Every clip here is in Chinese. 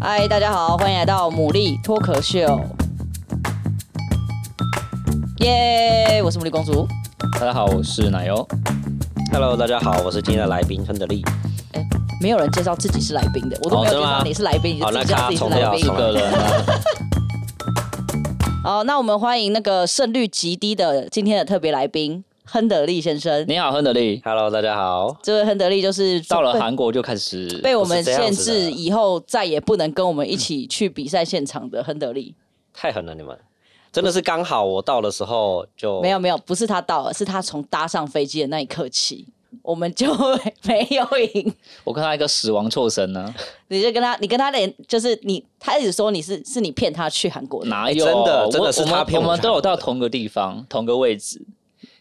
嗨，大家好，欢迎来到牡蛎脱壳秀。耶、我是牡蛎公主。大家好，我是奶油。 Hello，大家好，我是今天的来宾亨德利。没有人介绍自己是来宾的，我都没有介哦真的绍吗你是来宾，你就好自己那介绍自己是咔来重宾聊。个人啊，好，那我们欢迎那个胜率极低的今天的特别来宾亨德利先生。你好，亨德 利。 Hello，大家好。这位亨德利就是到了被韩国就开始被我们不是这样限子的制以后再也不能跟我们一起去比赛现场的亨德利。太狠了你们，真的是刚好我到的时候就没有没有，不是他到了，是他从搭上飞机的那一刻起，我们就 没有赢。我看到一个死亡臭神呢，你就跟他，你跟他连，就是你，他一直说你是是你骗他去韩国的。哪有？哎真的我真的是我们他骗我我们去都有韩国到的同个地方、同个位置。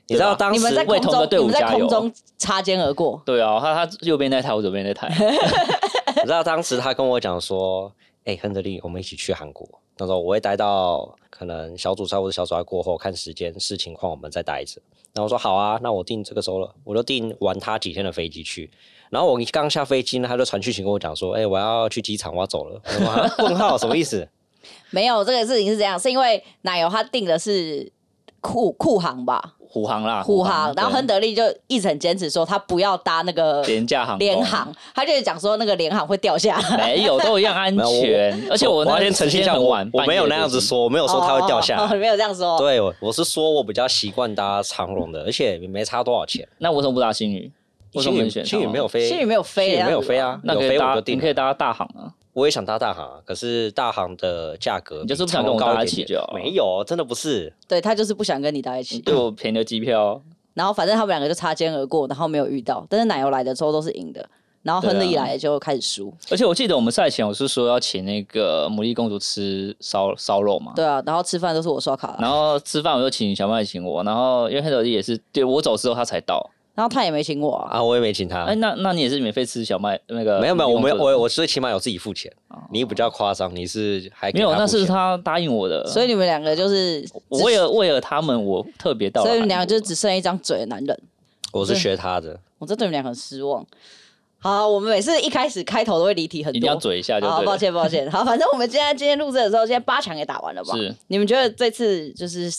你知道对吧当时你们在空为同个中，队伍你们在加油空中擦肩而过。对啊，他他右边那台，我左边那台。 你知道当时他跟我讲说，哎、亨德利，我们一起去韩国。那时候我会待到可能小组赛或者小组赛过后，看时间视情况，我们再待着。然后我说好啊，那我订这个时候了，我就订晚他几天的飞机去。然后我刚下飞机呢，他就传讯息跟我讲说，哎、我要去机场，我要走了。我说啊问号什么意 思？没有这个事情是这样，是因为奶油他定的是酷酷航吧，虎啊航啦，虎航，然后对亨德利就一直很坚持说他不要搭那个廉价航空哦联航，他就讲说那个联航会掉 下来。没有都一样安 没全， 而且我我要那先澄清一时间下，很我晚，我没有半夜那样就子是。说，我没有说他会掉下来。哦哦哦没有这样说。对，我我是说我比较习惯搭长龙的，而且也没差多少钱。那为什么不搭新宇？为什么星不宇能选星宇长没有龙？啊飞，星宇没有飞星宇没有飞这样啊，那有可以飞我搭就，你定可了。以搭大航啊。我也想搭大航啊，可是大航的价格你就是不比想长跟我龙高搭一一起点就点好。没有，真的不是。对他就是不想跟你搭一起，对我便宜的机票，然后反正他们两个就擦肩而过，然后没有遇到。但是奶油来的时候都是赢的，然后亨利对啊来了就开始输。而且我记得我们赛前我是说要请那个牡蛎公主吃烧烧肉嘛，对啊，然后吃饭都是我刷卡啦，然后吃饭我就请小麦请我，然后因为黑手弟也是对我走之后他才到，然后他也没请我啊。啊，我也没请他哎、。那那你也是免费吃小麦呃那个？没有没有，我没有，有哦我我最起码有自己付钱。你比较夸张，你是还给没有，他那付是钱他答应我的，所以你们两个就是，我啊为了为了他们我特别到了所以你们韩国，两个就只剩一张嘴的男人。我是学他的。我真对你们俩很失望。好，我们每次一开始开头都会离题很一定要多。嘴一下就好，对抱了。歉抱歉。好，反正我们现在今天录制的时候，现在八强也打完了吧？是你们觉得这次就是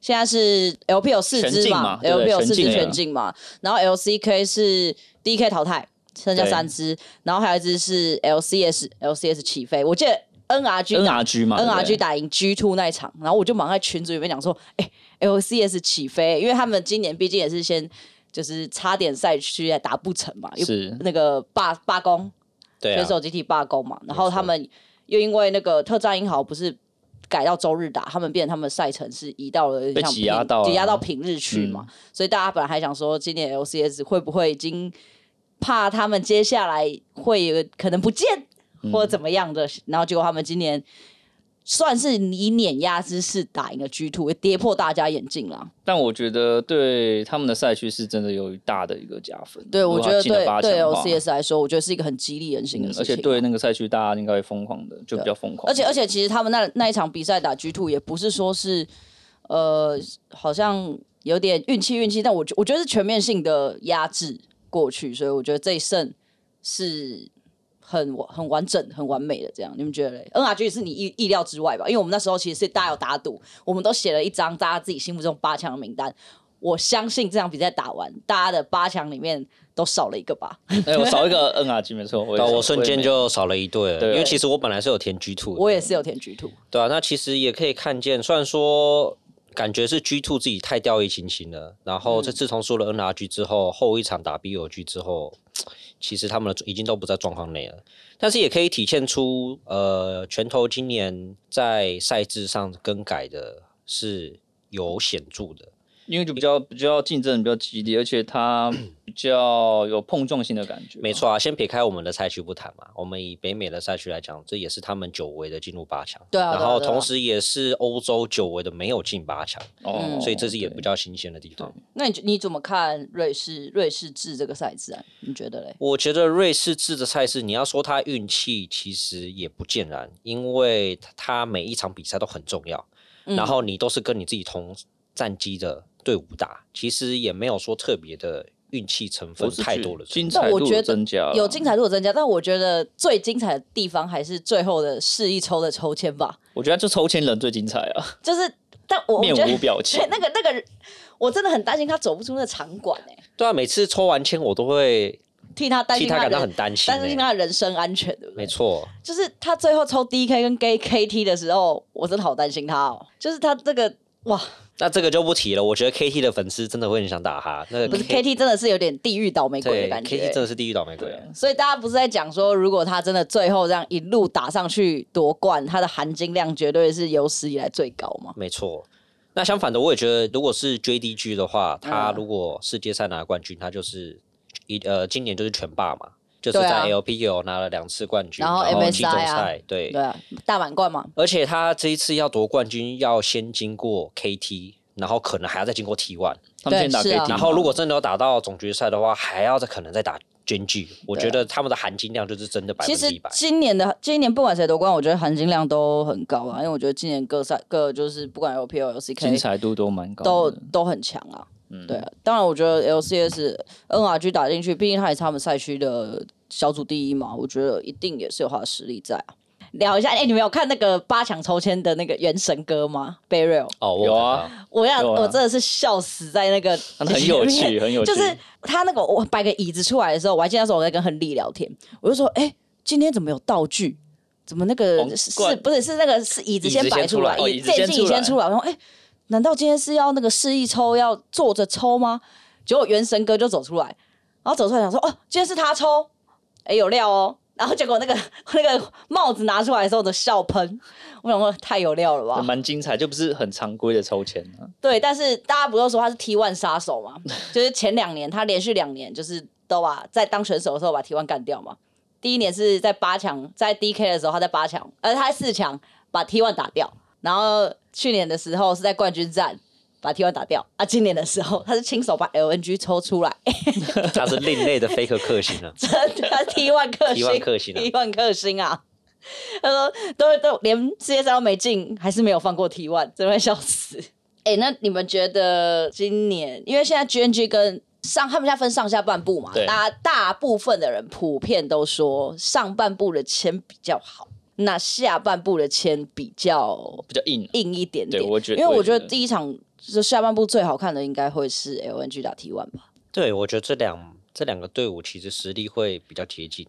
现在是 LP 有四全支进嘛嘛对？LP 有全四支进全了进嘛？然后 LCK 是 DK 淘汰，剩下对三支，然后还有一支是 LCS，LCS 起飞。我记得 NRG 打 NRG 嘛 NRG 对不对打赢 G Two 那一场，然后我就忙在群组里面讲说，哎、l c s 起飞，因为他们今年毕竟也是先就是差点赛区也打不成嘛，又是那个罢罢工，对选啊，手集体罢工嘛，然后没错他们又因为那个特战英豪不是改到周日打，他们变成他们赛程是移到了有点像被挤压平到啊嗯挤压到平日去嘛，所以大家本来还想说今年 LCS 会不会已经怕他们接下来会有可能不见嗯或者怎么样的，然后结果他们今年算是以碾压之势打赢了 G Two，也跌破大家眼镜了。但我觉得对他们的赛区是真的有大的一个加分。对，如我果觉他得啊进了对八对强的话 LCS 来说，我觉得是一个很激励人心的嗯事情。而且对那个赛区大家应该会疯狂的，就比较疯狂。而且而且，其实他们那那一场比赛打 G Two 也不是说是，呃，好像有点运气运气，但我觉我觉得是全面性的压制过去，所以我觉得这一胜是很完很完整、很完美的。这样，你们觉得嘞？NRG 是你意意料之外吧？因为我们那时候其实是大家有打赌，我们都写了一张大家自己心目中八强的名单。我相信这场比赛打完，大家的八强里面都少了一个吧。哎，我少一个 NRG 没错，我也对啊，少我瞬也间没就少了一对了，对因为其实我本来是有填 G two 的。我也是有填 G Two，对啊，那其实也可以看见，虽然说感觉是 G Two 自己太掉以轻心了，然后嗯这自从输了 NRG 之后，后一场打 BOG 之后，其实他们的已经都不在状况内了。但是也可以体现出，呃，拳头今年在赛制上更改的是有显著的。因为就比较比较竞争比较激烈，而且它比较有碰撞性的感觉。没，错啊，先撇开我们的赛区不谈嘛，我们以北美的赛区来讲，这也是他们久违的进入八强。对啊对啊然后对啊同时也是欧洲久违的没有进八强，嗯哦，所以这是也比较较新鲜的地方。那你你怎么看瑞士瑞士制这个赛制啊？你觉得嘞？我觉得瑞士制的赛事，你要说他运气，其实也不尽然，因为他每一场比赛都很重要，嗯然后你都是跟你自己同战机的队伍打，其实也没有说特别的运气成分我是太觉多得了。精但彩我度觉得增呃加了，啊有精彩度的增加，但我觉得最精彩的地方还是最后的示意抽的抽签吧，我觉得就抽签人最精彩啊，就是但我我面觉得哎。无表情那个那个，我真的很担心他走不出那场馆哎、对啊，每次抽完签我都会替他担替心他感到人很担心、担心欸。他的人身安全，对不对？没错，就是他最后抽 DK 跟 K KT 的时候，我真的好担心他哦。就是他这个哇，那这个就不提了。我觉得 KT 的粉丝真的会很想打哈，那个不是 K- KT 真的是有点地狱倒霉鬼的对感 KT 觉真。的是地狱倒霉鬼对啊啊。所以大家不是在讲说，如果他真的最后这样一路打上去夺冠，他的含金量绝对是有史以来最高嘛？没错。那相反的，我也觉得，如果是 JDG 的话，他嗯如果世界赛拿冠军，他就是一呃，今年就是全霸嘛，就是对啊在 LPL 拿了两次冠军，然后季中 MSI 啊赛对对，啊，大满贯嘛，而且他这一次要夺冠军，要先经过 KT，然后可能还要再经过 T1，他对们先打是 K 啊 T，然后如果真的要打到总决赛的话，还要再可能再打 GNG。我对啊觉得他们的含金量就是真的百其分实之一百。今年的今年不管谁夺冠，我觉得含金量都很高啊，因为我觉得今年各赛各就是不管 LPL、精 LCK 彩度都蛮高都的，都很强啊。嗯对，啊，当然我觉得 LCS NRG 打进去，毕竟他也是他们赛区的小组第一嘛，我觉得一定也是有他的实力在啊。聊一下，哎、你们有看那个八强抽签的那个《原神歌》吗？Barrel，哦，我有看啊到，我想、有啊我真的是笑死在那个他们 很有前 趣，面很有趣，就是他那个我摆个椅子出来的时候，我还记得那时候我在跟亨利聊天，我就说，哎、今天怎么有道具？怎么那个皇是冠不是是那个是椅子椅子先先摆出出来来，哦椅椅子先电竞椅出先来出来？我说，哎、难道今天是要那个示意抽要坐着抽吗？结果原神哥就走出来，然后走出来想说，哦，今天是他抽，哎、有料哦。然后结果那个 那个帽子拿出来的时候，我都笑喷。我想说太有料了吧？蛮精彩，就不是很常规的抽签啊。对，但是大家不都说他是 T one 杀手嘛？ 就是前两年他连续两年就是都把在当选手的时候把 T one 干掉嘛。第一年是在八强，在 DK 的时候他在八强，呃他在四强把 T one 打掉，然后去年的时候是在冠军战把 T one 打掉，啊今年的时候他是亲手把 LNG 抽出来，他是另类的 faker 克星啊。真 的 T one 克星 T1 克星啊 T one 克星啊！ 他说都都连世界赛都没进，还是没有放过 T one，真会笑 死。哎、那你们觉得今年，因为现在 GNG 跟上他们现在分上下半部嘛，对大大部分的人普遍都说上半部的签比较好，那下半部的签比较比较硬，啊硬一点点。对我觉得因为我我也觉觉得得第一场就下半部最好看的应该会是 LNG 打 T one 吧。对，我觉得这两这两个队伍其实实力会比较接近，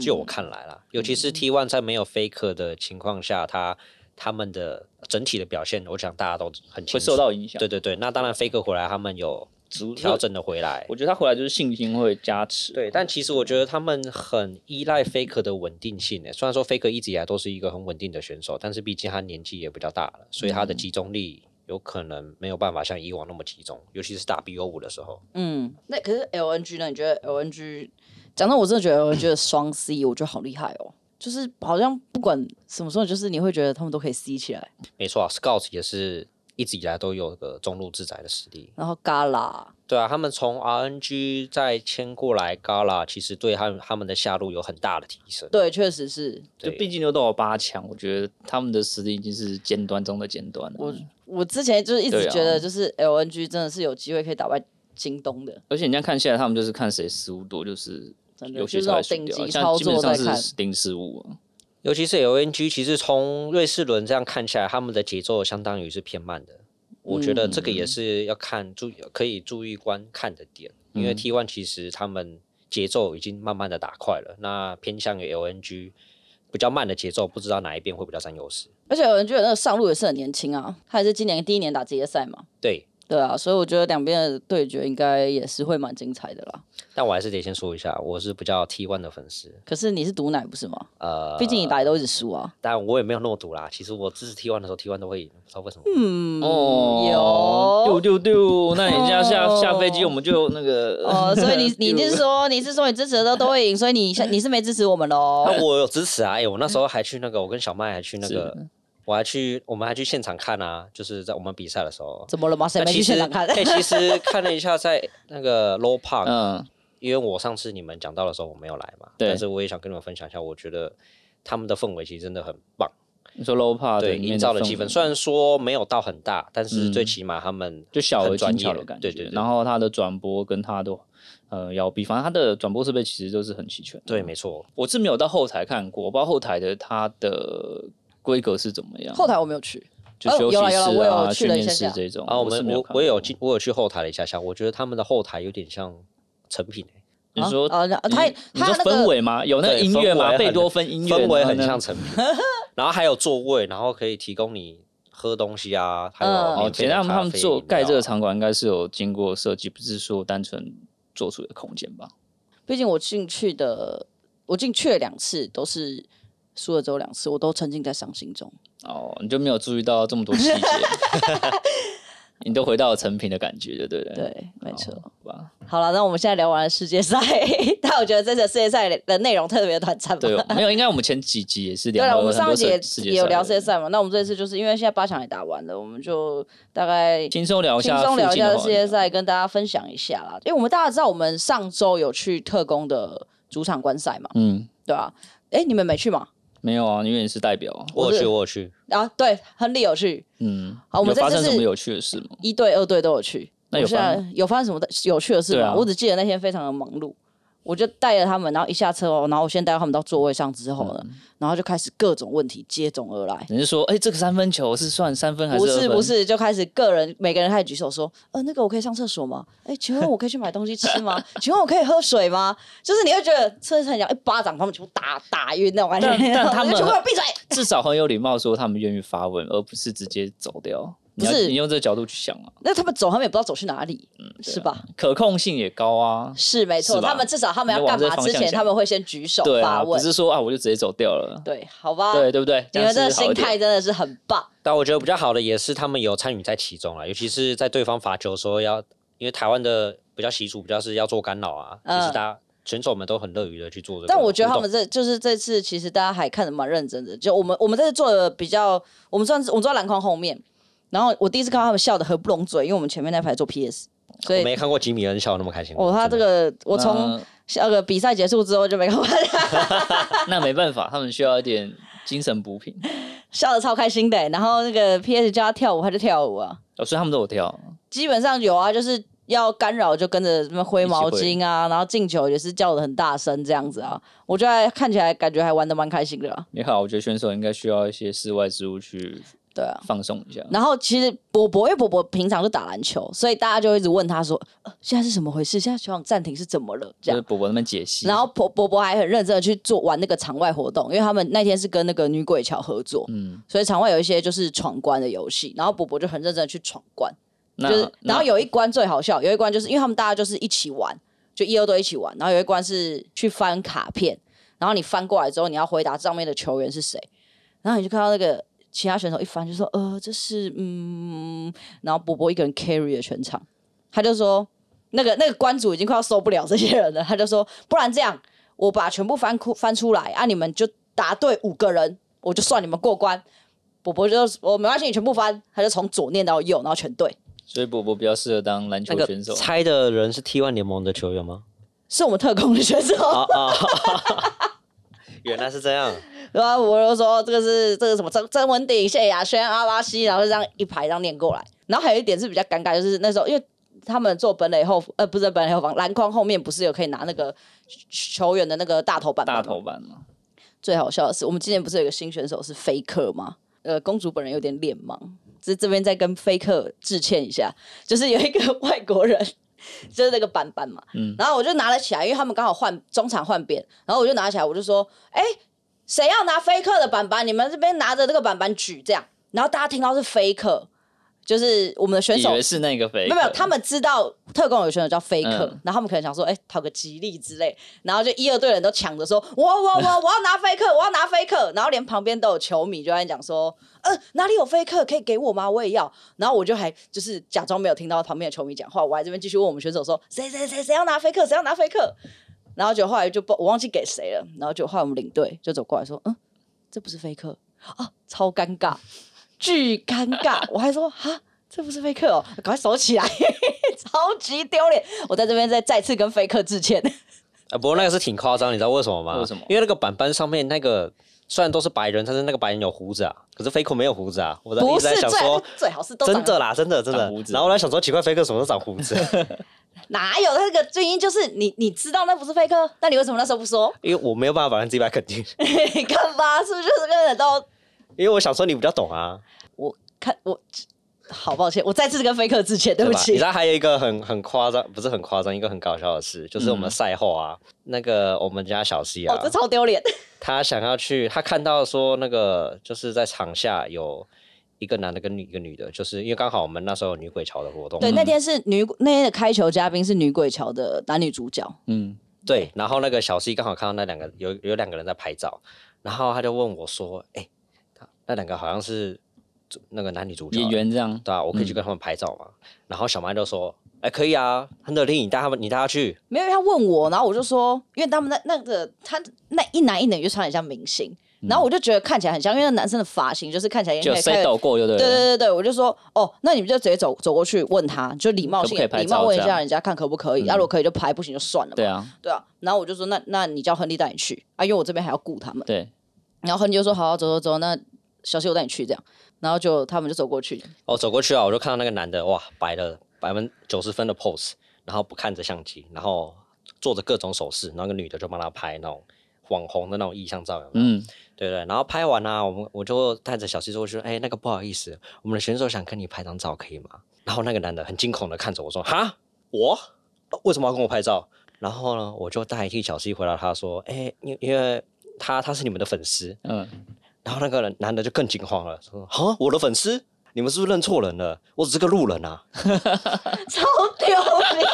就嗯我看来啦，尤其是 T1 在没有 faker 的情况下，他他们的整体的表现，我想大家都很清楚。会受到影响。对对对，那当然 faker 回来，他们有足调，整的回来我。觉得他回来就是信心会加持。对，但其实我觉得他们很依赖 Faker 的稳定性欸诶。虽然说 Faker 一直以来都是一个很稳定的选手，但是毕竟他年纪也比较大了，所以他的嗯集中力有可能没有办法像以往那么集中，尤其是打 BO 五的时候。嗯，那可是 LNG 呢？你觉得 LNG？讲真，我真的觉得 LNG 的双 C，我觉得好厉害哦。就是好像不管什么时候，就是你会觉得他们都可以 C 起来，没错、啊、，Scouts 也是一直以来都有个中路制裁的实力。然后 Gala，对啊，他们从 RNG 再迁过来 Gala，其实对他们他们的下路有很大的提升。对，确实是就对毕竟都有八强，我觉得他们的实力已经是尖端中的尖端了。嗯我我之前就是一直对啊觉得，就是 LNG 真的是有机会可以打败京东的，而且你这样看下来，他们就是看谁失误多，就是真的有就些是才那会种输顶掉，啊级像操基本作在上看。是零失误啊。尤其是 LNG，其实从瑞士轮这样看起来，他们的节奏相当于是偏慢的。我觉得这嗯个也是要看注可以注意观看的点，因嗯为 T1 其实他们节奏已经慢慢的打快了，那偏向于 LNG 比较慢的节奏，不知道哪一边会比较占优势。而且 LNG 的那个上路也是很年轻啊，他也是今年第一年打职业赛嘛，对，对啊，所以我觉得两边的对决应该也是会蛮精彩的啦。但我还是得先说一下，我是比较 T1 的粉丝，可是你是毒奶不是吗？呃，毕竟你打也都一直输啊。但我也没有那么赌啦。其实我支持 T1 的时候，T1 都会赢，不知道为什么。哦，嗯有丢丢丢！那你这样下哦下飞机，我们就那个哦，所以 你 你就是说说你是说你支持的都都会赢，所以你现你是没支持我们喽？那我有支持啊！哎、我那时候还去那个，我跟小麦还去那个，嗯我还去，我们还去现场看啊，就是在我们比赛的时候。怎么了吗？谁那没其去实现场看？ 哎、其实看了一下，在那个 Low Park，、嗯，因为我上次你们讲到的时候我没有来嘛，对但是我也想跟你们分享一下，我觉得他们的氛围其实真的很棒。你说 low 啊 part 对，里面营的造的氛气氛围虽然说没有到很大，但是嗯最起码他们就小很而专精业巧的感觉，对对对然后它的转播跟它的呃摇臂，反正它的转播设备其实都是很齐全的。嗯对，没错，我是没有到后台看过，我不知道后台的它的规格是怎么样。后台我没有去，就哦休息有啦室有啦我有啊、去训了一练下室下这种。啊，我是们没我看我有过进，我有去后台了一下下，我觉得他们的后台有点像成品、欸你啊说啊那你他你他说那个氛围吗？有那个对音乐氛围吗？很贝多芬音啊乐氛围然后很呢哦像成品，然后还有座位，然后可以提供你喝东西啊，还有嗯哦，免费前的让他咖们啡做饮盖料这个啊场馆，应该是有经过设计，不是说单纯做出的空间吧？毕竟我进去的，我进去了两次，都是输了之后两次，我都沉浸在伤心中。哦，你就没有注意到这么多细 节，你都回到了成品的感觉，就对了。哦对，没错。好吧？好了，那我们现在聊完了世界赛，但我觉得这次世界赛的内容特别短暂吧。对，没有，应该我们前几集也是对聊了，了我们很上一多集世也世也有聊世界界赛赛的，嘛，那我们这次就是因为现在八强也打完了，我们就大概轻松聊一轻下，松聊一下世界界。赛，跟大家分享一下啦。因为我们大家知道，我们上周有去特工的主场观赛嘛，嗯，对吧、哎，你们没去吗？没有啊，因为你是代表啊。我有是去，我有去，啊，对，亨利有去，嗯，哦好我们有发这次生什么是有趣的事吗？一队、二队都有去。那我有现发在有发生什么有趣的事对吗？啊我只记得那天非常的忙碌，我就带着他们，然后一下车哦，然后我先带他们到座位上之后呢，嗯然后就开始各种问题接踵而来。你是说，哎、这个三分球是算三分还不是二是分不，是，就开始个人每个人开始举手说，呃，那个我可以上厕所吗？哎、请问我可以去买东西吃吗？ 请问我可以喝水吗？就是你会觉得车很想一巴掌，他们全部打打晕那种感觉， 但但他们全部人闭嘴。至少很有礼貌，说他们愿意发问，而不是直接走掉。你不要是你用这个角度去想啊，那他们走，他们也不知道走去哪里，是吧？可控性也高啊。是没错，嗯是吧他们至少他们要你往干这嘛方之向前，想他们会先举手对发啊，不问。是说啊，我就直接走掉了，对，好吧，对对不对？你们这这样个是不是心好一态点真的是很棒。但我觉得比较好的也是他们有参与在其中啊，尤其是在对方罚球的时候要，因为台湾的比较习俗比较是要做干扰啊，嗯其实大家选手们都很乐于的去做这个但我觉得他互们动这就是这次，其实大家还看得蛮认真的。就我们我们这次做的比较，我们算是我们坐在篮筐后面，然后我第一次看到他们笑的合不拢嘴，因为我们前面那排做 PS，所我以没看过吉米恩笑得那么开心过。哦，他这真的个我从那个比赛结束之后就没看他那没办法，他们需要一点精神补品， 笑的超开心的、欸然后那个 PS 叫他跳舞，他就跳舞啊，哦，所以他们都有跳。基本上有啊，就是要干扰就跟着什么挥毛巾啊，然后进球也是叫的很大声这样子啊，我觉得看起来感觉还玩的蛮开心的啊，你好，我觉得选手应该需要一些室外之物去对啊。放松一下。然后其实伯伯，因为伯伯平常就打篮球，所以大家就一直问他说：“呃、现在是什么回事？现在球场暂停是怎么了？”这就是样。伯伯那边解析，然后伯伯伯还很认真的去做玩那个场外活动，因为他们那天是跟那个女鬼桥合作，嗯，所以场外有一些就是闯关的游戏，然后伯伯就很认真的去闯关，就那是然后那有一关最好笑，有一关就是因为他们大家就是一起玩，就一二队一起玩，然后有一关是去翻卡片，然后你翻过来之后你要回答上面的球员是谁，然后你就看到那个其他选手一翻就说呃这是嗯，然后伯伯一个人 carry 了全场，他就说那个那个关主已经快要受不了这些人了，他就说不然这样我把全部翻出翻出来啊你们就答对五个人我就算你们过关。伯伯就说：“我哦没关系，你全部翻。”他就从左念到右，然后全对。所以伯伯比较适合当篮球那个选手。猜的人是 T1 联盟的球员吗？是我们特工的选手，哦啊啊！ 原来是这样，然后我就说这个是这个什么曾曾文鼎、谢雅轩、阿拉西，然后就这样一排这样念过来。然后还有一点是比较尴尬，就是那时候因为他们做本垒后，呃，不是本垒后方，篮筐后面不是有可以拿那个球员的那个大头板板大吗头版嘛，最好笑的是，我们今年不是有一个新选手是菲克吗？呃，公主本人有点脸盲，这这边再跟菲克致歉一下，就是有一个 外国人。就是那个板板嘛，嗯然后我就拿了起来，因为他们刚好换中场换边，然后我就拿起来，我就说，哎、谁要拿菲克的板板？你们这边拿着这个板板举这样，然后大家听到是菲克，就是我们的选以手为是那个肥，没有没有，他们知道特工有选手叫菲克，嗯然后他们可能想说，哎、讨个吉利之类，然后就一二队人都抢着说，我我我我要拿菲克，我要拿菲克，然后连旁边都有球迷就在讲说，呃，哪里有菲克可以给我吗？我也要。然后我就还就是假装没有听到旁边的球迷讲话，我还这边继续问我们选手说，谁谁谁谁要拿菲克，谁要拿菲克？然后就后来就不我忘记给谁了，然后就后来我们领队就走过来说，嗯，这不是菲克啊，超尴尬， 巨尴尬，我还说哈。这不是菲克哦，赶快收起来，超级丢脸！我在这边再再次跟菲克致歉。啊，不过那个是挺夸张，你知道为什么吗？为什么因为那个板板上面那个虽然都是白人，但是那个白人有胡子啊，可是 Faker 没有胡子啊。我在一不直在是想最说，最好是都真长的啦，真的真的长胡。子然后我在想说，奇怪，Faker 什么时候长胡子？ 哪有那个最因就是你你知道那不是 fake，那你为什么那时候不说？ 因为我没有办法百分之一百肯定，你干嘛？是不是就是根本都因为我想说你比较懂啊，我看我好抱歉，我再次跟 fake 致歉，对不吧？你起知。道还有一个很很夸张，不是很夸张，一个很搞笑的事，就是我们赛后啊，那个我们家小 C 啊嗯哦，，这超丢脸！他想要去，他看到说那个就是在场下有一个男的跟一个女的，就是因为刚好我们那时候有女鬼桥的活动嘛，对，那天是女那天的开球嘉宾是女鬼桥的男女主角，嗯，对，然后那个小 C 刚好看到那两个有有两个人在拍照，然后他就问我说：“哎、他那两个好像是主那个男女主角演员这样，对啊，我可以去跟他们拍照吗？”然后小麦就说：“哎、可以啊，亨德利，你带他们，你带他去。没有因为他问我，然后我就说，因为他们那那个他那一男一女就穿得很像明星，然后我就觉得看起来很像，因为那男生的发型就是看起来应就该开 set 过就对对啊对了。对对，我就说哦，那你们就直接走走过去问他，就礼貌性可不可以拍礼貌照问一这样下人家看可不可以，啊如果可以就拍，不行就算了嘛。对啊，对啊，然后我就说那那你叫亨利带你去啊，因为我这边还要雇他们。对，然后亨利就说好好走走走，那小西我带你去这样，然后就他们就走过去，”哦，走过去啊，我就看到那个男的，哇，摆了百分九十分的 pose，然后不看着相机，然后做着各种手势，然后那个女的就帮他拍那种网红的那种意向照，有没有嗯，对对，然后拍完啦、啊我们我就带着小西说，我说，哎，那个不好意思，我们的选手想跟你拍张照，可以吗？然后那个男的很惊恐的看着我说，哈，我呃为什么要跟我拍照？然后呢，我就代替小西回答他说，哎，因因为他他是你们的粉丝。嗯，然后那个人男的就更惊慌了，说，哈，我的粉丝，你们是不是认错人了？我只是个路人啊！超丢脸。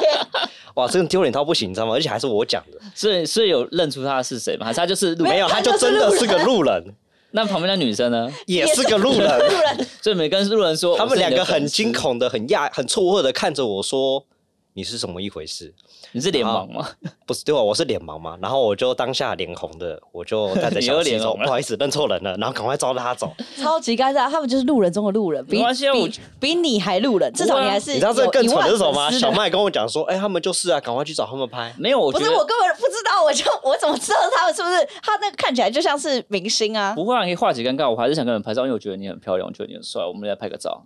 哇，这个丢脸到不行，你知道吗？而且还是我讲的，所以所以有认出他是谁吗？还是他就是路没人？有，他就真的是个路人，那旁边那女生呢？也是个路人。路人所以没跟路人说，他我们是两你的个很粉丝惊，恐的、很讶、很错愕的看着我说：“你是什么一回事你是脸盲吗？？”不是对吧？我是脸盲嘛，然后我就当下脸红的，我就带着你又小西脸说：“红了不好意思，认错人了。”然后赶快招他走。 超级尴尬，他们就是路人中的路人，比没关系啊我比比你还路人，至不少会啊你还你是知道这有更一蠢万的是什么吗？粉丝小的麦跟我讲说：“哎、他们就是啊，赶快去找他 们拍。没有，我不觉是得我根本不知道，我就 我怎么知道他们是不是他那个看起来就像是明星啊？不会啊，可以化解尴尬。我还是想跟人拍照，因为我觉得你很漂亮，我觉得你很帅，我们来拍个照，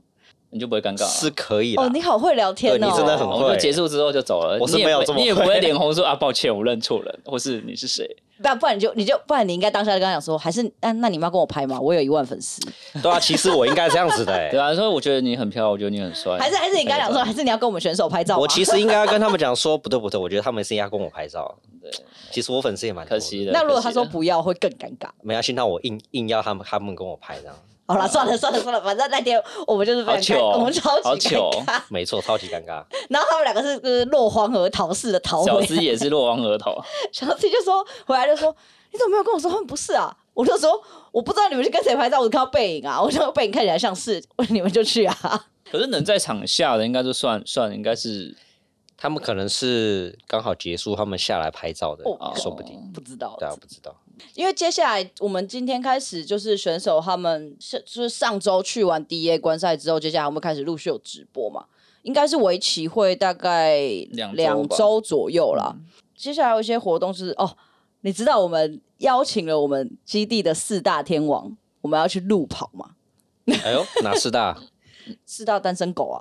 你就不会尴”尬了。是可以的、哦，你好会聊天哦，对你真的很我们会就结束之后就走了。我是你也没有不会这么你也不会会脸红说啊，抱歉，我认错人，或是你是谁？不然不然你就你就不然你应该当下就跟他讲说，还是那、那你们要跟我拍吗？我有一万粉丝，对啊，其实我应该这样子的、哎对啊，所以我觉得你很漂亮，我觉得你很帅。还是哎还是你跟他讲说，还是你要跟我们选手拍照吗？我其实应该要跟他们讲说：“不对不对，我觉得他们是应该跟我拍照。”对，其实我粉丝也蛮多可的惜了。那如果可惜他说了不要，会更尴尬。没关系，那我硬硬要他们他们跟我拍这样，好了，算了算了算了，反正那天我们就是非常好糗尴哦我们超好级糗尴尬。没错，超级尴尬。 然后他们两个是就是落荒而逃似的逃 小回，资也是落荒而逃，小 C 就说回来就说你怎么没有跟我说他们不是啊？我就说我不知道你们是跟谁拍照，我只看到背影啊，我说背影看起来像是，你们就去啊。可是能在场下的应该就算算应该是他们可能是刚好结束，他们下来拍照的，哦说不定。不知道，对啊，不知道。因为接下来我们今天开始就是选手他们是就是上周去完 DA 观赛之后，接下来我们开始陆续有直播嘛，应该是为期会大概两周吧两周左右啦。嗯接下来有一些活动是哦，你知道我们邀请了我们基地的四大天王，我们要去路跑嘛，哎呦，哪四大？四大单身狗啊，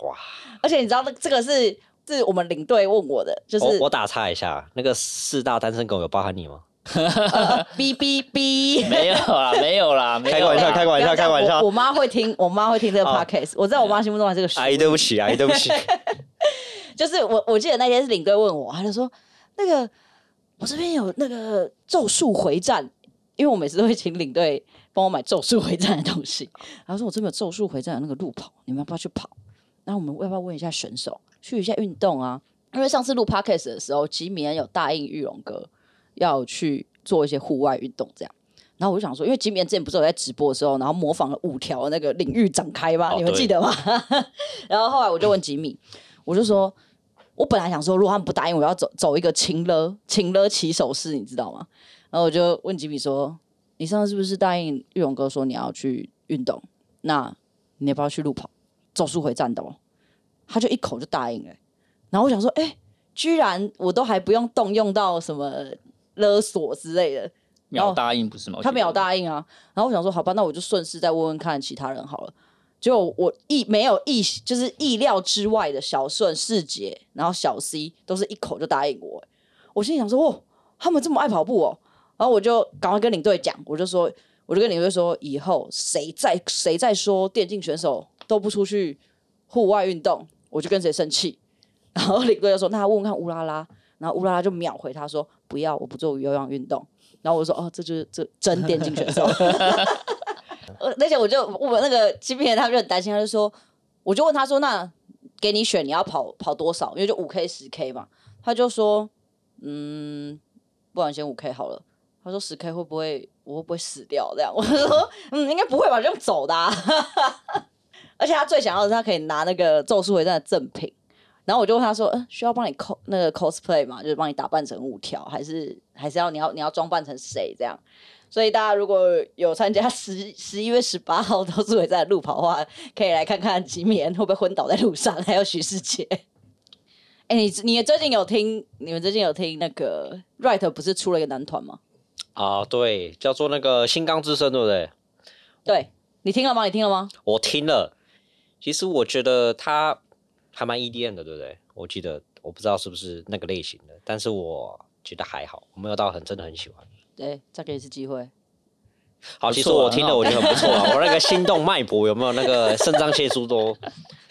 哇！而且你知道那这个是是我们领队问我的， 就是哦我我打岔一下，那个四大单身狗有包含你吗？哔哔哔。没有啦，没有啦，没有啦开个玩笑，开个玩笑，开个玩我笑。我妈会听，我妈会听这个哦哎 podcast，、我在我妈心目中还是个熟阿姨，对不起，阿姨，对不起。就是我我记得那天是领队问我，他就说那个我这边有那个咒术回战，因为我每次都会请领队帮我买咒术回战的东西。然后说我这边有咒术回战的那个路跑，你们要不要去跑？然后我们要不要问一下选手去一下运动啊？因为上次录 podcast 的时候，吉米恩有答应玉龙哥要去做一些户外运动这样。然后我就想说，因为吉米恩之前不是有在直播的时候，然后模仿了五条那个领域展开吗？哦你们记得吗？ 然后后来我就问吉米，我就说，我本来想说，如果他们不答应，我要走走一个情勒情勒起手式，你知道吗？然后我就问吉米说：“你上次是不是答应玉龙哥说你要去运动？那你要不要去路跑、走速回战的哦？”他就一口就答应了欸、然后我想说：“哎、居然我都还不用动用到什么勒索之类的，秒答应不是吗？我他记没有得答应啊。然后我想说，好吧，那我就顺势再问问看其他人好了。结果我意没有意，就是意料之外的小顺、世杰，然后小 C 都是一口就答应我。欸我心里想说，哇，他们这么爱跑步哦。然后我就赶快跟领队讲，我就说，我就跟领队说，以后谁再谁再说电竞选手都不出去户外运动，我就跟谁生气。然后领队就说，那他问问看乌拉拉。然后乌拉拉就秒回他说，不要，我不做有氧运动。然后我就说哦，这就是这真电竞选手。呃而且我就我那个欺骗人他们就很担心，他就说，我就问他说，那给你选你要跑跑多少？因为就五 K 十 K 嘛，他就说，嗯，不然先五 K 好了。他说十 K 会不会我会不会死掉？这样我就说，嗯，应该不会吧，就用走的、啊。 而且他最想要的是他可以拿那个《咒术回战》的赠品。然后我就问他说：“嗯、需要帮你 cos 那个 cosplay 吗？就是帮你打扮成五条，还是还是要你要你要装扮成谁这样？”所以大家如果有参加十十一月十八号都是会在路跑的话，可以来看看吉米恩会不会昏倒在路上，还有许世杰。哎、你你最近有听你们最近有听那个 Right 不是出了一个男团吗？ 啊，对，叫做那个《新钢之声》，对不对？对你听了吗？你听了吗？我听了，其实我觉得他还蛮 EDM 的，对不对？我记得我不知道是不是那个类型的，但是我觉得还好，我没有到很真的很喜欢。对，再给你一次机会。好，不错啊其实我很听了好我觉得很不错啊，我那个心动脉搏有没有那个肾脏腺素 都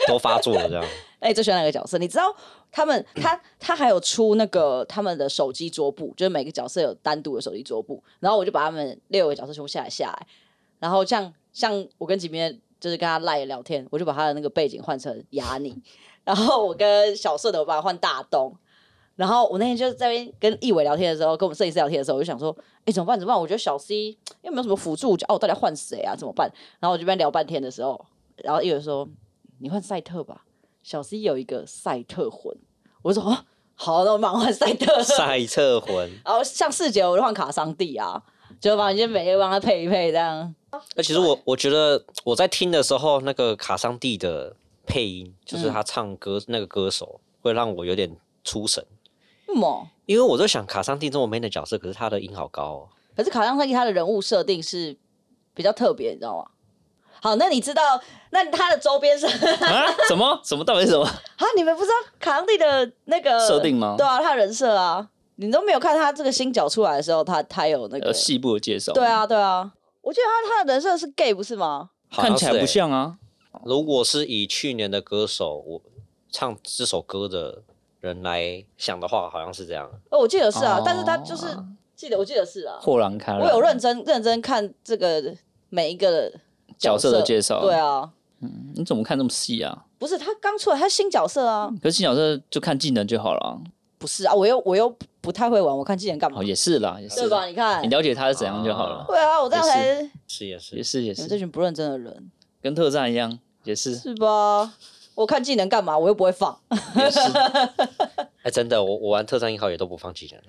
都发作了这样？那哎你最喜欢哪个角色？你知道他们他他还有出那个他们的手机桌布，就是每个角色有单独的手机桌布，然后我就把他们六个角色全部下来下来，然后像像我跟吉面就是跟他赖聊天，我就把他的那个背景换成雅尼， 然后我跟小顺的我把他换大东。然后我那天就在那边跟易伟聊天的时候，跟我们摄影师聊天的时候，我就想说，哎，怎么办？怎么办？我觉得小 C 又没有什么辅助，哦，我到底要换谁啊？怎么办？然后我这边聊半天的时候，然后易伟说，你换赛特吧。小 C 有一个赛特魂，我就说哦，好，那我马上换赛 特。赛侧魂，然后像四姐，我就换卡桑蒂啊，就把就每天帮他配一配这样。那其实我我觉得我在听的时候，那个卡桑蒂的配音，就是他唱歌、那个歌手，会让我有点出神，为什么？因为我在想卡桑蒂这么 man 的角色，可是他的音好高哦。可是卡桑蒂他的人物设定是比较特别，你知道吗？好，那你知道，那他的周边是 啊？啊？什么什么到底是什么？你们不知道卡桑蒂的那个设定吗对啊，他的人设啊，你都没有看他这个新角出来的时候，他他有那呃，个细部的介绍。对，啊，对啊，我记得他他的人设是 gay 不是吗？好看起是来欸不像啊。如果是以去年的歌手，我唱这首歌的人来想的话，好像是这样。哦，我记得是啊，哦但是他就是记得我记得是啊，豁然开朗。我有认真认真看这个每一个角色色的介绍对啊，你怎么看这么细啊？不是他刚出来，他新角色啊，可是新角色就看技能就好了啊。不是啊，我又我又不太会玩，我看技能干嘛哦，？也是啦，也是。对吧？？你看你，了解他是怎样就好了。对啊，我这样才你是也也是，是也们这是，群不认真的人跟特战一样，也是。是吧？我看技能干嘛？我又不会放，哎，真的，我我玩特战一号也都不放弃人，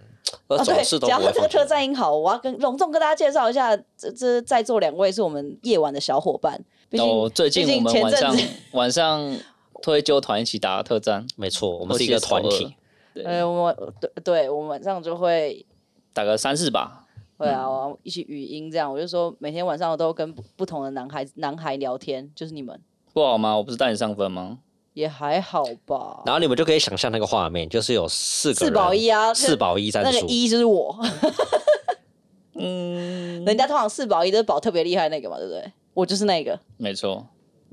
我啊，总对，是都讲不到会这个放弃特人。战英豪，我要跟隆重跟大家介绍一下，这这在座两位是我们夜晚的小伙伴。 毕竟、哦，最近毕我竟们前晚阵上子，晚上推纠团一起打特战，没错，我们是一个团我记得是体，呃，我们对对，我们晚上就会打个三四把。会啊，我一起语音这样，我就说每天晚上我都跟不不同的男孩男孩聊天，就是你们不好吗？我不是带你上分吗？也还好吧。然后你们就可以想象那个画面，就是有四个四保一啊，啊，四保一战那个术，一就是 我，嗯人家通常四保一都是保特别厉害那个嘛，对不对？我就是那个没错，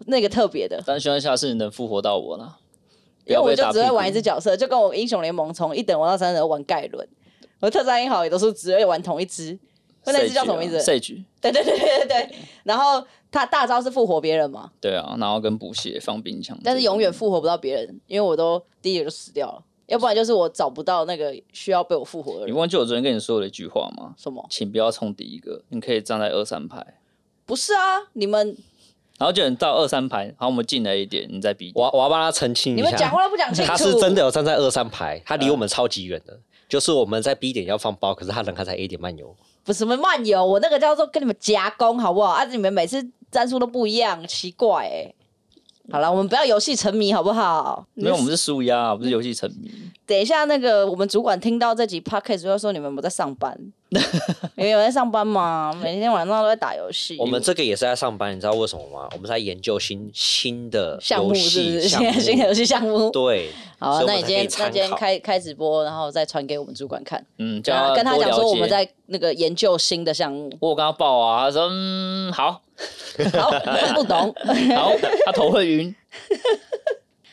那个特别的，但希望下次你能复活到我啦。不因为要我被就打只会屁股玩一只角色，就跟我英雄联盟从一等玩到三等都玩盖伦，我特战英豪也都是只会玩同一只，那只叫什么名字？ Sage 啊。Sage 对对对对对对。然后他大招是复活别人嘛，对啊，然后跟补血放冰枪，但是永远复活不到别人，因为我都第一个就死掉了，要不然就是我找不到那个需要被我复活的你人。忘记我昨天跟你说的一句话吗？什么？请不要冲第一个，你可以站在二三排，不是啊，你们然后就你到二三排，然后我们进了一点，你再比。我我要帮他澄清你一们讲下，话都不讲清楚。嗯 他是真的有站在二三排，他离我们超级远的，就是我们在 B 点要放包，可是他人还在 A 点漫游。不是什么漫游，我那个叫做跟你们夹攻，好不好？啊，你们每次战术都不一样，奇怪哎、好了，我们不要游戏沉迷，好不好？没有，我们是输压，不是游戏沉迷。 等一下那个我们主管听到这集 podcast 就会说你们有没有在上班？也有在上班嘛，每天晚上都在打游戏。我们这个也是在上班，你知道为什么吗？我们在研究新新的项目游是不戏是项现在 新的游戏项目？对， 好啊、所以我那们你今才可以天那参今天考开开直播，然后再传给我们主管看，嗯，跟叫他跟他多讲了说我解，们，在那个研究新的项目我有跟他报啊，他说嗯好 好不懂。 好，他头会晕，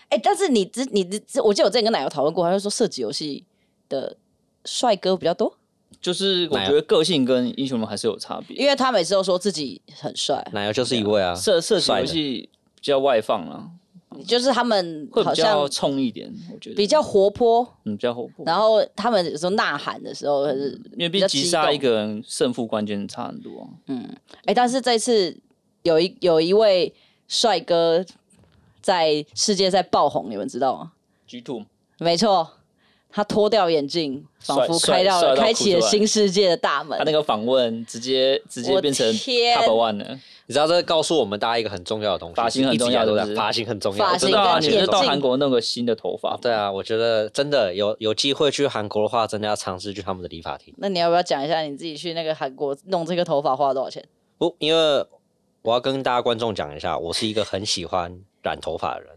哎、但是你之你之，我记得我之前跟奶油讨论过，他就说射击游戏的帅哥比较多，就是我哪有觉得个性跟英雄们还是有差别，因为他每次都说自己很帅，奶油就是一位啊，射射击帅游的戏比较外放啊啦，就是他们会好比像较冲一点，我觉得比较活泼，嗯比较活泼，然后他们有时候呐喊的时候还是因为比毕较竟激击动杀一个人胜负关键差很多啊、哎、但是这次有一有一位帅哥在世界赛爆红，你们知道吗？ G two 没错，他脱掉眼镜，仿佛帅开到帅了帅到开启了哭出来新世界的大门他。那个访问直接直接我变成天 top one 了，你知道这告诉我们大家一个很重要的东西，发型很重要是一直以来都不在，是发型很重要，发我知型对道啊，啊跟你眼就镜到韩国弄个新的头发，对啊，我觉得真的有有机会去韩国的话，真的要尝试去他们的理发厅。那你要不要讲一下你自己去那个韩国弄这个头发花了多少钱？不，因为我要跟大家观众讲一下，我是一个很喜欢染头发的人，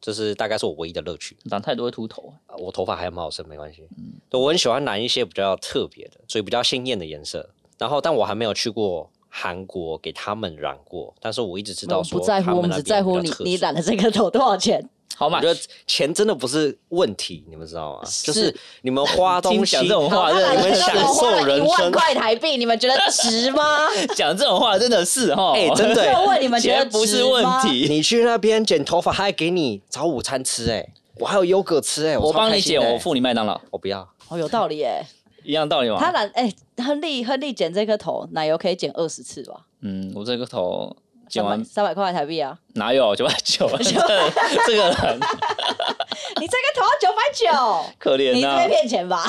这是大概是我唯一的乐趣。染太多会秃头，啊呃我头发还蛮好生，没关系。嗯对，我很喜欢染一些比较特别的，所以比较鲜艳的颜色。然后，但我还没有去过韩国给他们染过，但是我一直知道我们嗯说不在他乎，我们那只边在乎比你较特你殊染的这个头多少钱。好我嘛？觉得钱真的不是问题，你们知道吗？就是你 们花听东西讲，这种话，好真他的染的啊你们头享我花受了人一万生。块台币，你们觉得值吗？ 讲这种话真的是哈，哎 真的就问你们觉得钱不是问题，你去那边剪头发，他还给你早午餐吃、哎，我还有优格吃、哎，我超帮开你心的剪，哎我付你麦当劳，我不要。啊哦，有道理耶。一样道理他嘛。染哎、亨利亨利剪这颗头，奶油可以剪二十次吧？嗯，我这个头三剪百完三百块台币啊！ 哪有九百九？啊这个人你这个头九百九，可你怜是呐被，骗钱吧？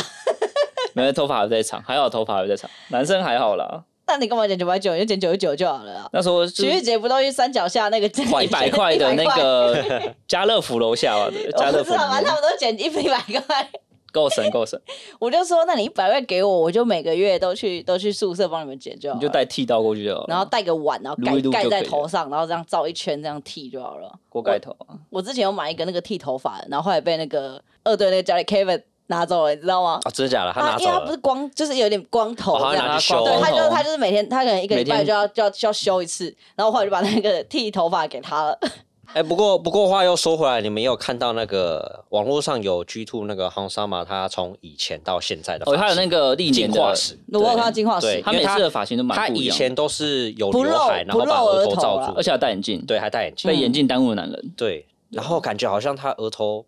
没有头发还在长，还好头发还在长，男生还好啦。那你干嘛剪九百九？你就剪九十九就好了啊。那时候情人节不都去山脚下那个捡一百块的那， 个家乐福楼下吧，对捡100家我乐不福知道里吗？他面们都捡一一百块，够省够省，我就说，那你一百块给我，我就每个月都去都去宿舍帮你们剪就好了。你就带剃刀过去就好了，然后带个碗，然后盖撸一撸就盖在可以头了上，然后这样照一圈，这样剃就好了。锅盖头啊，我之前有买一个那个剃头发的，然后后来被那个二队那个教练 Kevin 拿走了，你知道吗？啊，真的假的？他拿因走为他不了是。光，就是有点光头哦他这样，拿去修对，他就光头他就是每天，他可能一个礼哦每拜天就要就要就要修一次，然后后来就把那个剃头发给他了。 哎、不过不过话又说回来，你们有看到那个网络上有 G Two 那个 h o n s a m a 他从以前到现在的哦，他有发那型个历年进化的，史，我有看到进化对史，他因为每他次的发型都蛮他不一以样，前都是有不刘露海，然后不把露额额头头啊啦罩而住，且他戴眼镜，对，还戴眼镜被，眼镜耽误的男人， 对，然后感觉好像他额头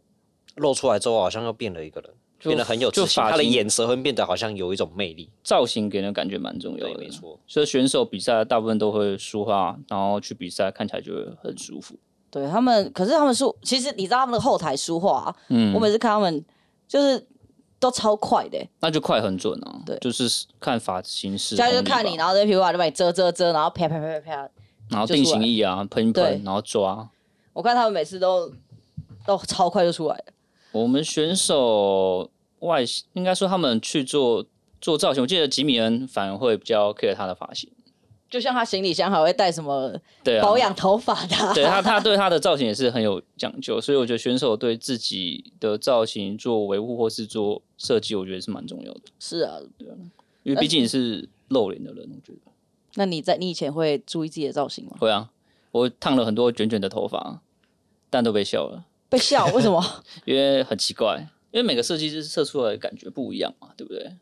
露出来之后，好像又变了一个人，就变得很有自就信，发他的型眼神会变得好像有一种魅力。造型给人的感觉蛮重要对，的没。错。所以选手比赛大部分都会梳化，然后去比赛看起来就会很舒服。对他们，可是他们梳，其实你知道他们的后台梳化、啊，嗯我，每次看他们就是都超快的欸、那就快很准啊。对就是看发型师，现在就看你，然然后这皮肤就把你遮遮遮，然后啪啪啪啪啪。然后就定出来型液啊，喷一对喷，然后抓。我看他们每次都都超快就出来了。我们选手外形应该说他们去做做造型，我记得吉米恩反而会比较 care 他的发型，就像他行李箱还会带什么对啊，保养头发的啊、对他，他对他的造型也是很有讲究，所以我觉得选手对自己的造型做维护或是做设计，我觉得是蛮重要的，是啊。因为毕竟你是露脸的人，我觉得那你在你以前会注意自己的造型吗？会啊。我烫了很多卷卷的头发，但都被笑了，被 笑为什么？因为很奇怪，因为每个设计师设出来的感觉不一样嘛，对不对？可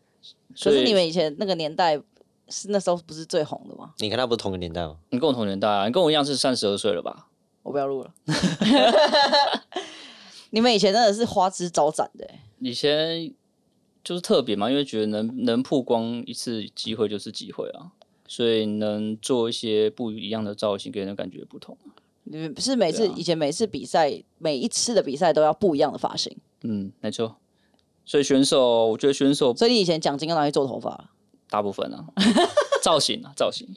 所是以你们以前那个年代是那时候不是最红的吗？你跟他不是同个年代 吗？你跟我同年代啊，你跟我一样是三十二岁了吧？我不要录了。 你们以前真的是花枝招展的欸、以前就是特别嘛，因为觉得能能曝光一次机会就是机会啊，所以能做一些不一样的造型，给人的感觉不同。啊你们是每次、对啊以前每次比赛，每一次的比赛都要不一样的发型，嗯，没错。所以选手，我觉得选手所以你以前奖金要拿去做头发了。大部分啊， 造型啊，造型。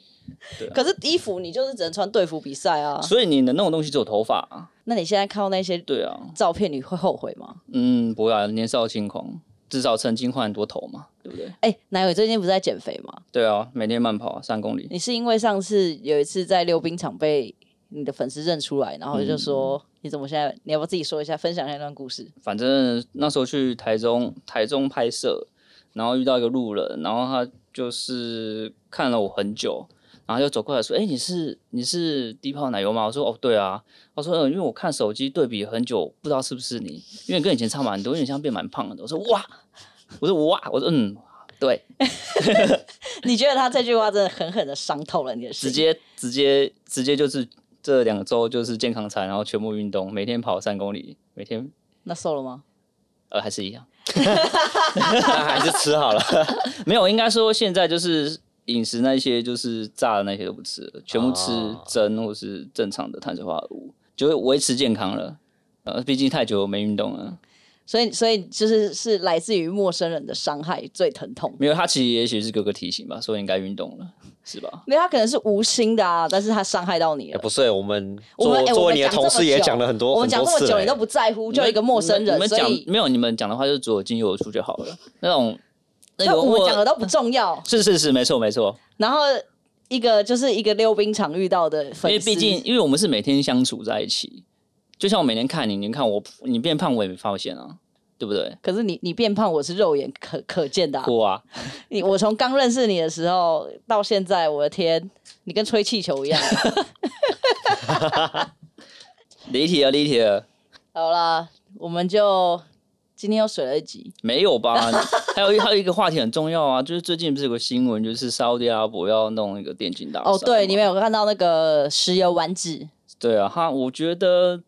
可是衣服你就是只能穿队服比赛啊。所以你能弄的东西只有头发、啊。那你现在看到那些对啊，照片，你会后悔吗？嗯，不会啊，年少轻狂。至少曾经换很多头嘛，对不对？哎、奶伟最近不是在减肥吗？对啊，每天慢跑三公里，你是因为上次有一次在溜冰场被你的粉丝认出来，然后就说、嗯你怎么现在？你要不要自己说一下，分享一下那段故事？ 反正那时候去台中台中拍摄，然后遇到一个路人，然后他就是看了我很久，然后就走过来说：“哎、你是你是低泡奶油吗？”我说：“哦，对啊。”他说：“呃，因为我看手机对比很久，不知道是不是你，因为跟以前差蛮多，有点像变蛮胖的。”我说：“哇！”我说：“哇！”我说：“嗯，对，你觉得他这句话真的狠狠的伤透了你的直心？接直接直接就是这两周就是健康餐，然后全部运动，每天跑三公里，每天那瘦了吗？呃还是一样。”那还是吃好了。 没有，应该说现在就是饮食那些就是炸的那些都不吃了，全部吃哦蒸或是正常的碳水化合物，就会维持健康了。呃，毕竟太久没运动了，所以，所以就是是来自于陌生人的伤害最疼痛。没有他其实也许是哥哥提醒吧，说应该运动了，是吧？没有，他可能是无心的啊，但是他伤害到你也了。哎不是、我们我们作哎作我为们你的讲这同事么也久讲了很多我们很讲这多么次久，了你欸都不在乎，就一个陌生你人，们所讲以没有你们讲的话就只有经由我出就好了。那种 那那个我们讲的我都不重要。是是是，没错没错，然后一个就是一个溜冰场遇到的粉丝，因为毕竟因为我们是每天相处在一起，就像我每天看你，你看我，你变胖我也没发现啊，对不对？可是你你变胖，我是肉眼可可见的啊、我啊，你我从刚认识你的时候到现在，我的天，你跟吹气球一 样。离题了离题了。好啦，我们就今天又水了一集，没有 吧？还有一还有一个话题很重要啊，就是最近不是有个新闻，就是沙特阿拉伯要弄一个电竞大赛吗哦，对，你们有看到那个石油丸子，对啊，哈，我觉得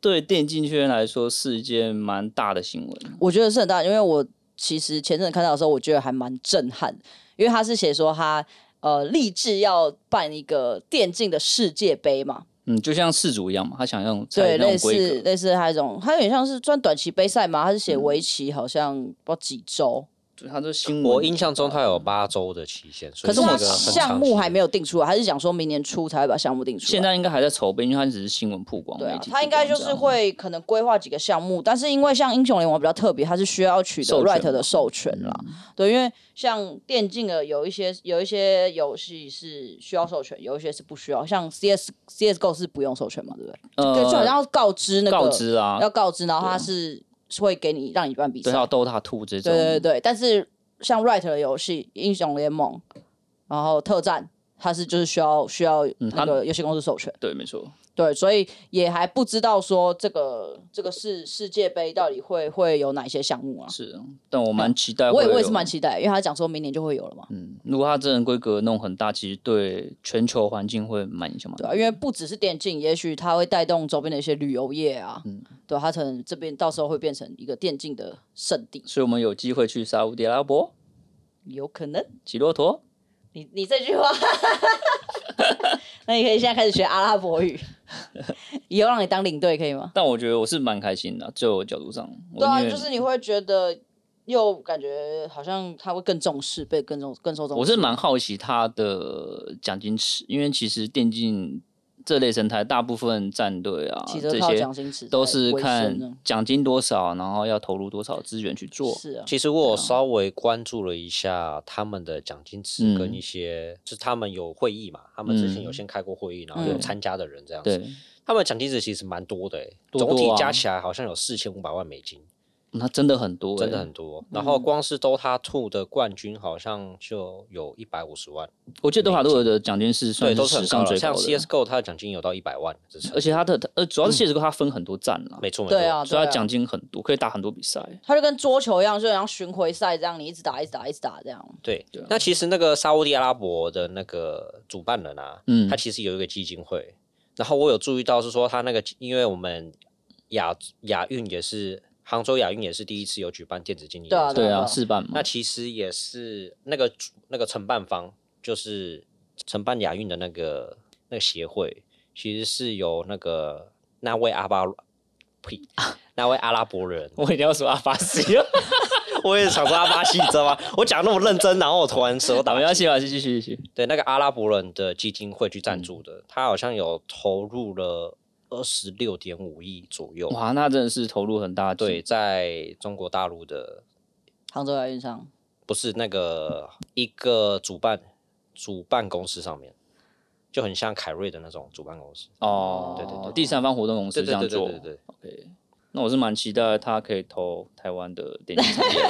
对电竞圈来说是一件蛮大的新闻。我觉得是很大，因为我其实前阵子看到的时候，我觉得还蛮震撼，因为他是写说他呃立志要办一个电竞的世界杯嘛，嗯，就像世足一样嘛，他想用对，采那类种规似格，嗯类似他一种，他有点像是专短期杯赛嘛，他是写围棋，好像不知道几周，就他的新闻，我印象中它有八周的期限，所可以是这他么个很项目还没有。有定出来，他是讲说明年初才会把项目定出来。现在应该还在筹备，因为他只是新闻曝光，对媒啊体，他应该就曝是光会可能规划几个项目，但是因为像英雄联盟比较特别，它是需要取得授权嗯 Riot 的授权啦。对，因为像电竞的有一些有一些游戏是需要授权，有一些是不需要。像 CS CSGO 是不用授权嘛，对不对？这样对，呃，就好像要告知那个告知啊，要告知，然后它是会给你让你办比赛对，还。有 DOTA Two 这种，对对对，但是像 Riot 的游戏，英雄联盟，然后特战，它是就是需要需要那它个游戏公司授权。对没错。对，所以也还不知道说这个这个世世界杯到底会会有哪些项目啊？是，但我蛮期待会我有，也我也是蛮期待，因为他讲说明年就会有了嘛，嗯，如果它真人规格弄很大，其实对全球环境会蛮影响嘛。对啊，因为不只是电竞，也许它会带动周边的一些旅游业啊，嗯对啊，它可能这边到时候会变成一个电竞的圣地，所以我们有机会去沙烏地阿拉伯有可能。骑骆驼。你你这句话，那你可以现在开始学阿拉伯语，以后让你当领队可以吗？但我觉得我是蛮开心的，啊就我角度上，我对啊，因为就是你会觉得又感觉好像他会更重视，被更重更受重视。我是蛮好奇它的奖金池，因为其实电竞这类生态大部分战队啊骑车这靠些奖金池都在是维生看呢奖金多少，然后要投入多少资源去做。是啊，其实我有稍微关注了一下他们的奖金池跟嗯一些，就是他们有会议嘛，他们之前有嗯先开过会议，然后有嗯参加的人这样子。对，他们的奖金池其实蛮多的、欸，多总体多啊加起来好像有四千五百万美金，那真的很多欸、真的很多。然后光是 DOTA Two 的冠军好像就有一百五十万，我记得德法多尔的奖金是对，算都是史很高上了。最像高的， CS:GO 它的奖金有到一百万支撑，而且它的呃主要嗯是 CSGO 它分很多站啦，没错没错。对啊，所以对它啊奖，金很多，可以打很多比赛。它就跟桌球一样，就像巡回赛这样，你一直打，一直打，一直打这样。对，那其实那个沙烏地阿拉伯的那个主办人啊，嗯他其实有一个基金会，然后我有注意到是说他那个，因为我们亚亚运也是杭州亚运也是第一次有举办电子竞技，对啊对对啊啊，事办嘛那。其实也是那个主那个承办方，就是承办亚运的那个那个协会，其实是由那个那位阿巴呸，那位阿拉伯人，我一定要说阿巴西， 哦我也想说阿巴西，你知道吗？我讲那么认真，然后我突然舌头打打没关系，没关系，继续继续。对，那个阿拉伯人的基金会去赞嗯助的，他好像有投入了二十六点五亿左右。哇，那真的是投入很大的对，在中国大陆的杭州亚运上不是那个一个主办主办公司上面，就很像凯瑞的那种主办公司。哦，对对对第三方活动公司对这对样对做对对对， ，OK。那我是蛮期待他可以投台湾的电 影产业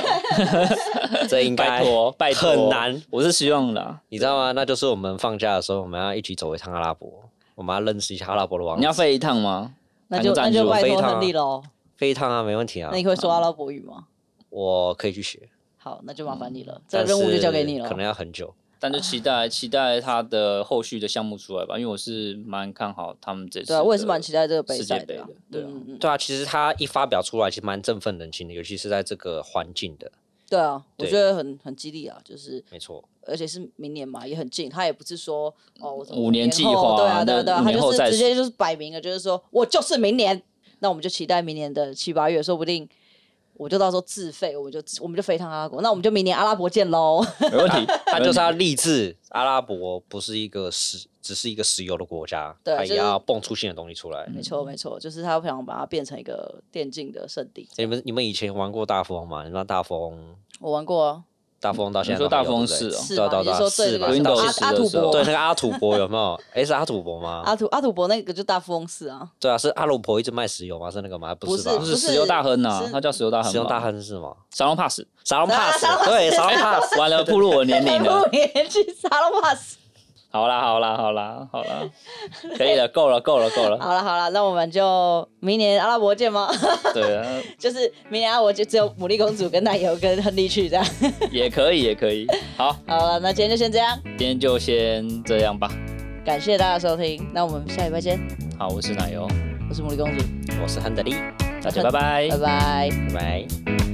的，对 这应拜该托拜托，很难，我是希望啦。你知道吗？那就是我们放假的时候，我们要一起走一趟阿拉伯，我们要认识一下阿拉伯的王你要子。飞一趟吗？那那就就那赞助就拜非托常亨利喽。飞一趟啊，没问题啊那。你会说阿拉伯语吗？我可以去学，好，那就麻烦你了，这但个任务就是交给你了可。能要很久。嗯但就期待期待他的后续的项目出来吧，因为我是蛮看好他们这次。对啊，我也是蛮期待这个杯世界赛杯的啊的。，对啊，嗯嗯，对啊，其实他一发表出来，其实蛮振奋人心的，尤其是在这个环境的，对啊，我对觉得很很激励啊，就是没错。而且是明年嘛，也很近。他也不是说哦，我五年计划后对啊，那对啊，对啊，五他年后就是再直接就是摆明了，就是说我就是明年。那我们就期待明年的七八月，说不定我就到时候自费，我们就我们就飞趟阿拉伯，那我们就明年阿拉伯见喽。啊没问 题。他就是要励志，阿拉伯不是一个石，只是一个石油的国家，对他就也是要蹦出新的东西出来。 嗯没错，没错，就是他想把它变成一个电竞的圣地。你们你们以前玩过大富翁吗？你知道大富翁，我玩过啊，大富翁到现嗯在你说都还有大富翁对不对是哦是对啊吗？对你啊对是啊说对那个是吧什么 Windows 阿10阿的土时候啊伯？对，那个阿土伯有没有？ 诶，是阿土伯吗？阿土阿土伯那个就大富翁四啊，对啊，是阿鲁伯一直卖石油吗？是那个吗？不？是吧就是是石油大亨呐是，他叫石油大亨吧，石油大亨是吗？沙 龙 pass，沙龙啊 pass，沙龙对，沙龙 pass。 pass，完了，暴露我年龄 了。五年去沙龙帕斯。好啦，好啦，好啦，好啦，可以了，够了，够了，够了。 好了好了，那我们就明年阿拉伯见吗？ 对啊，就是明年阿拉伯就只有牡蛎公主跟奶油跟亨利去这样。 也可以，也可以。好，好了，那今天就先这样，今天就先这样吧。感谢大家收听，那我们下礼拜见。好，我是奶油，我是牡蛎公主，我是亨德利，大家拜拜拜。拜。拜拜。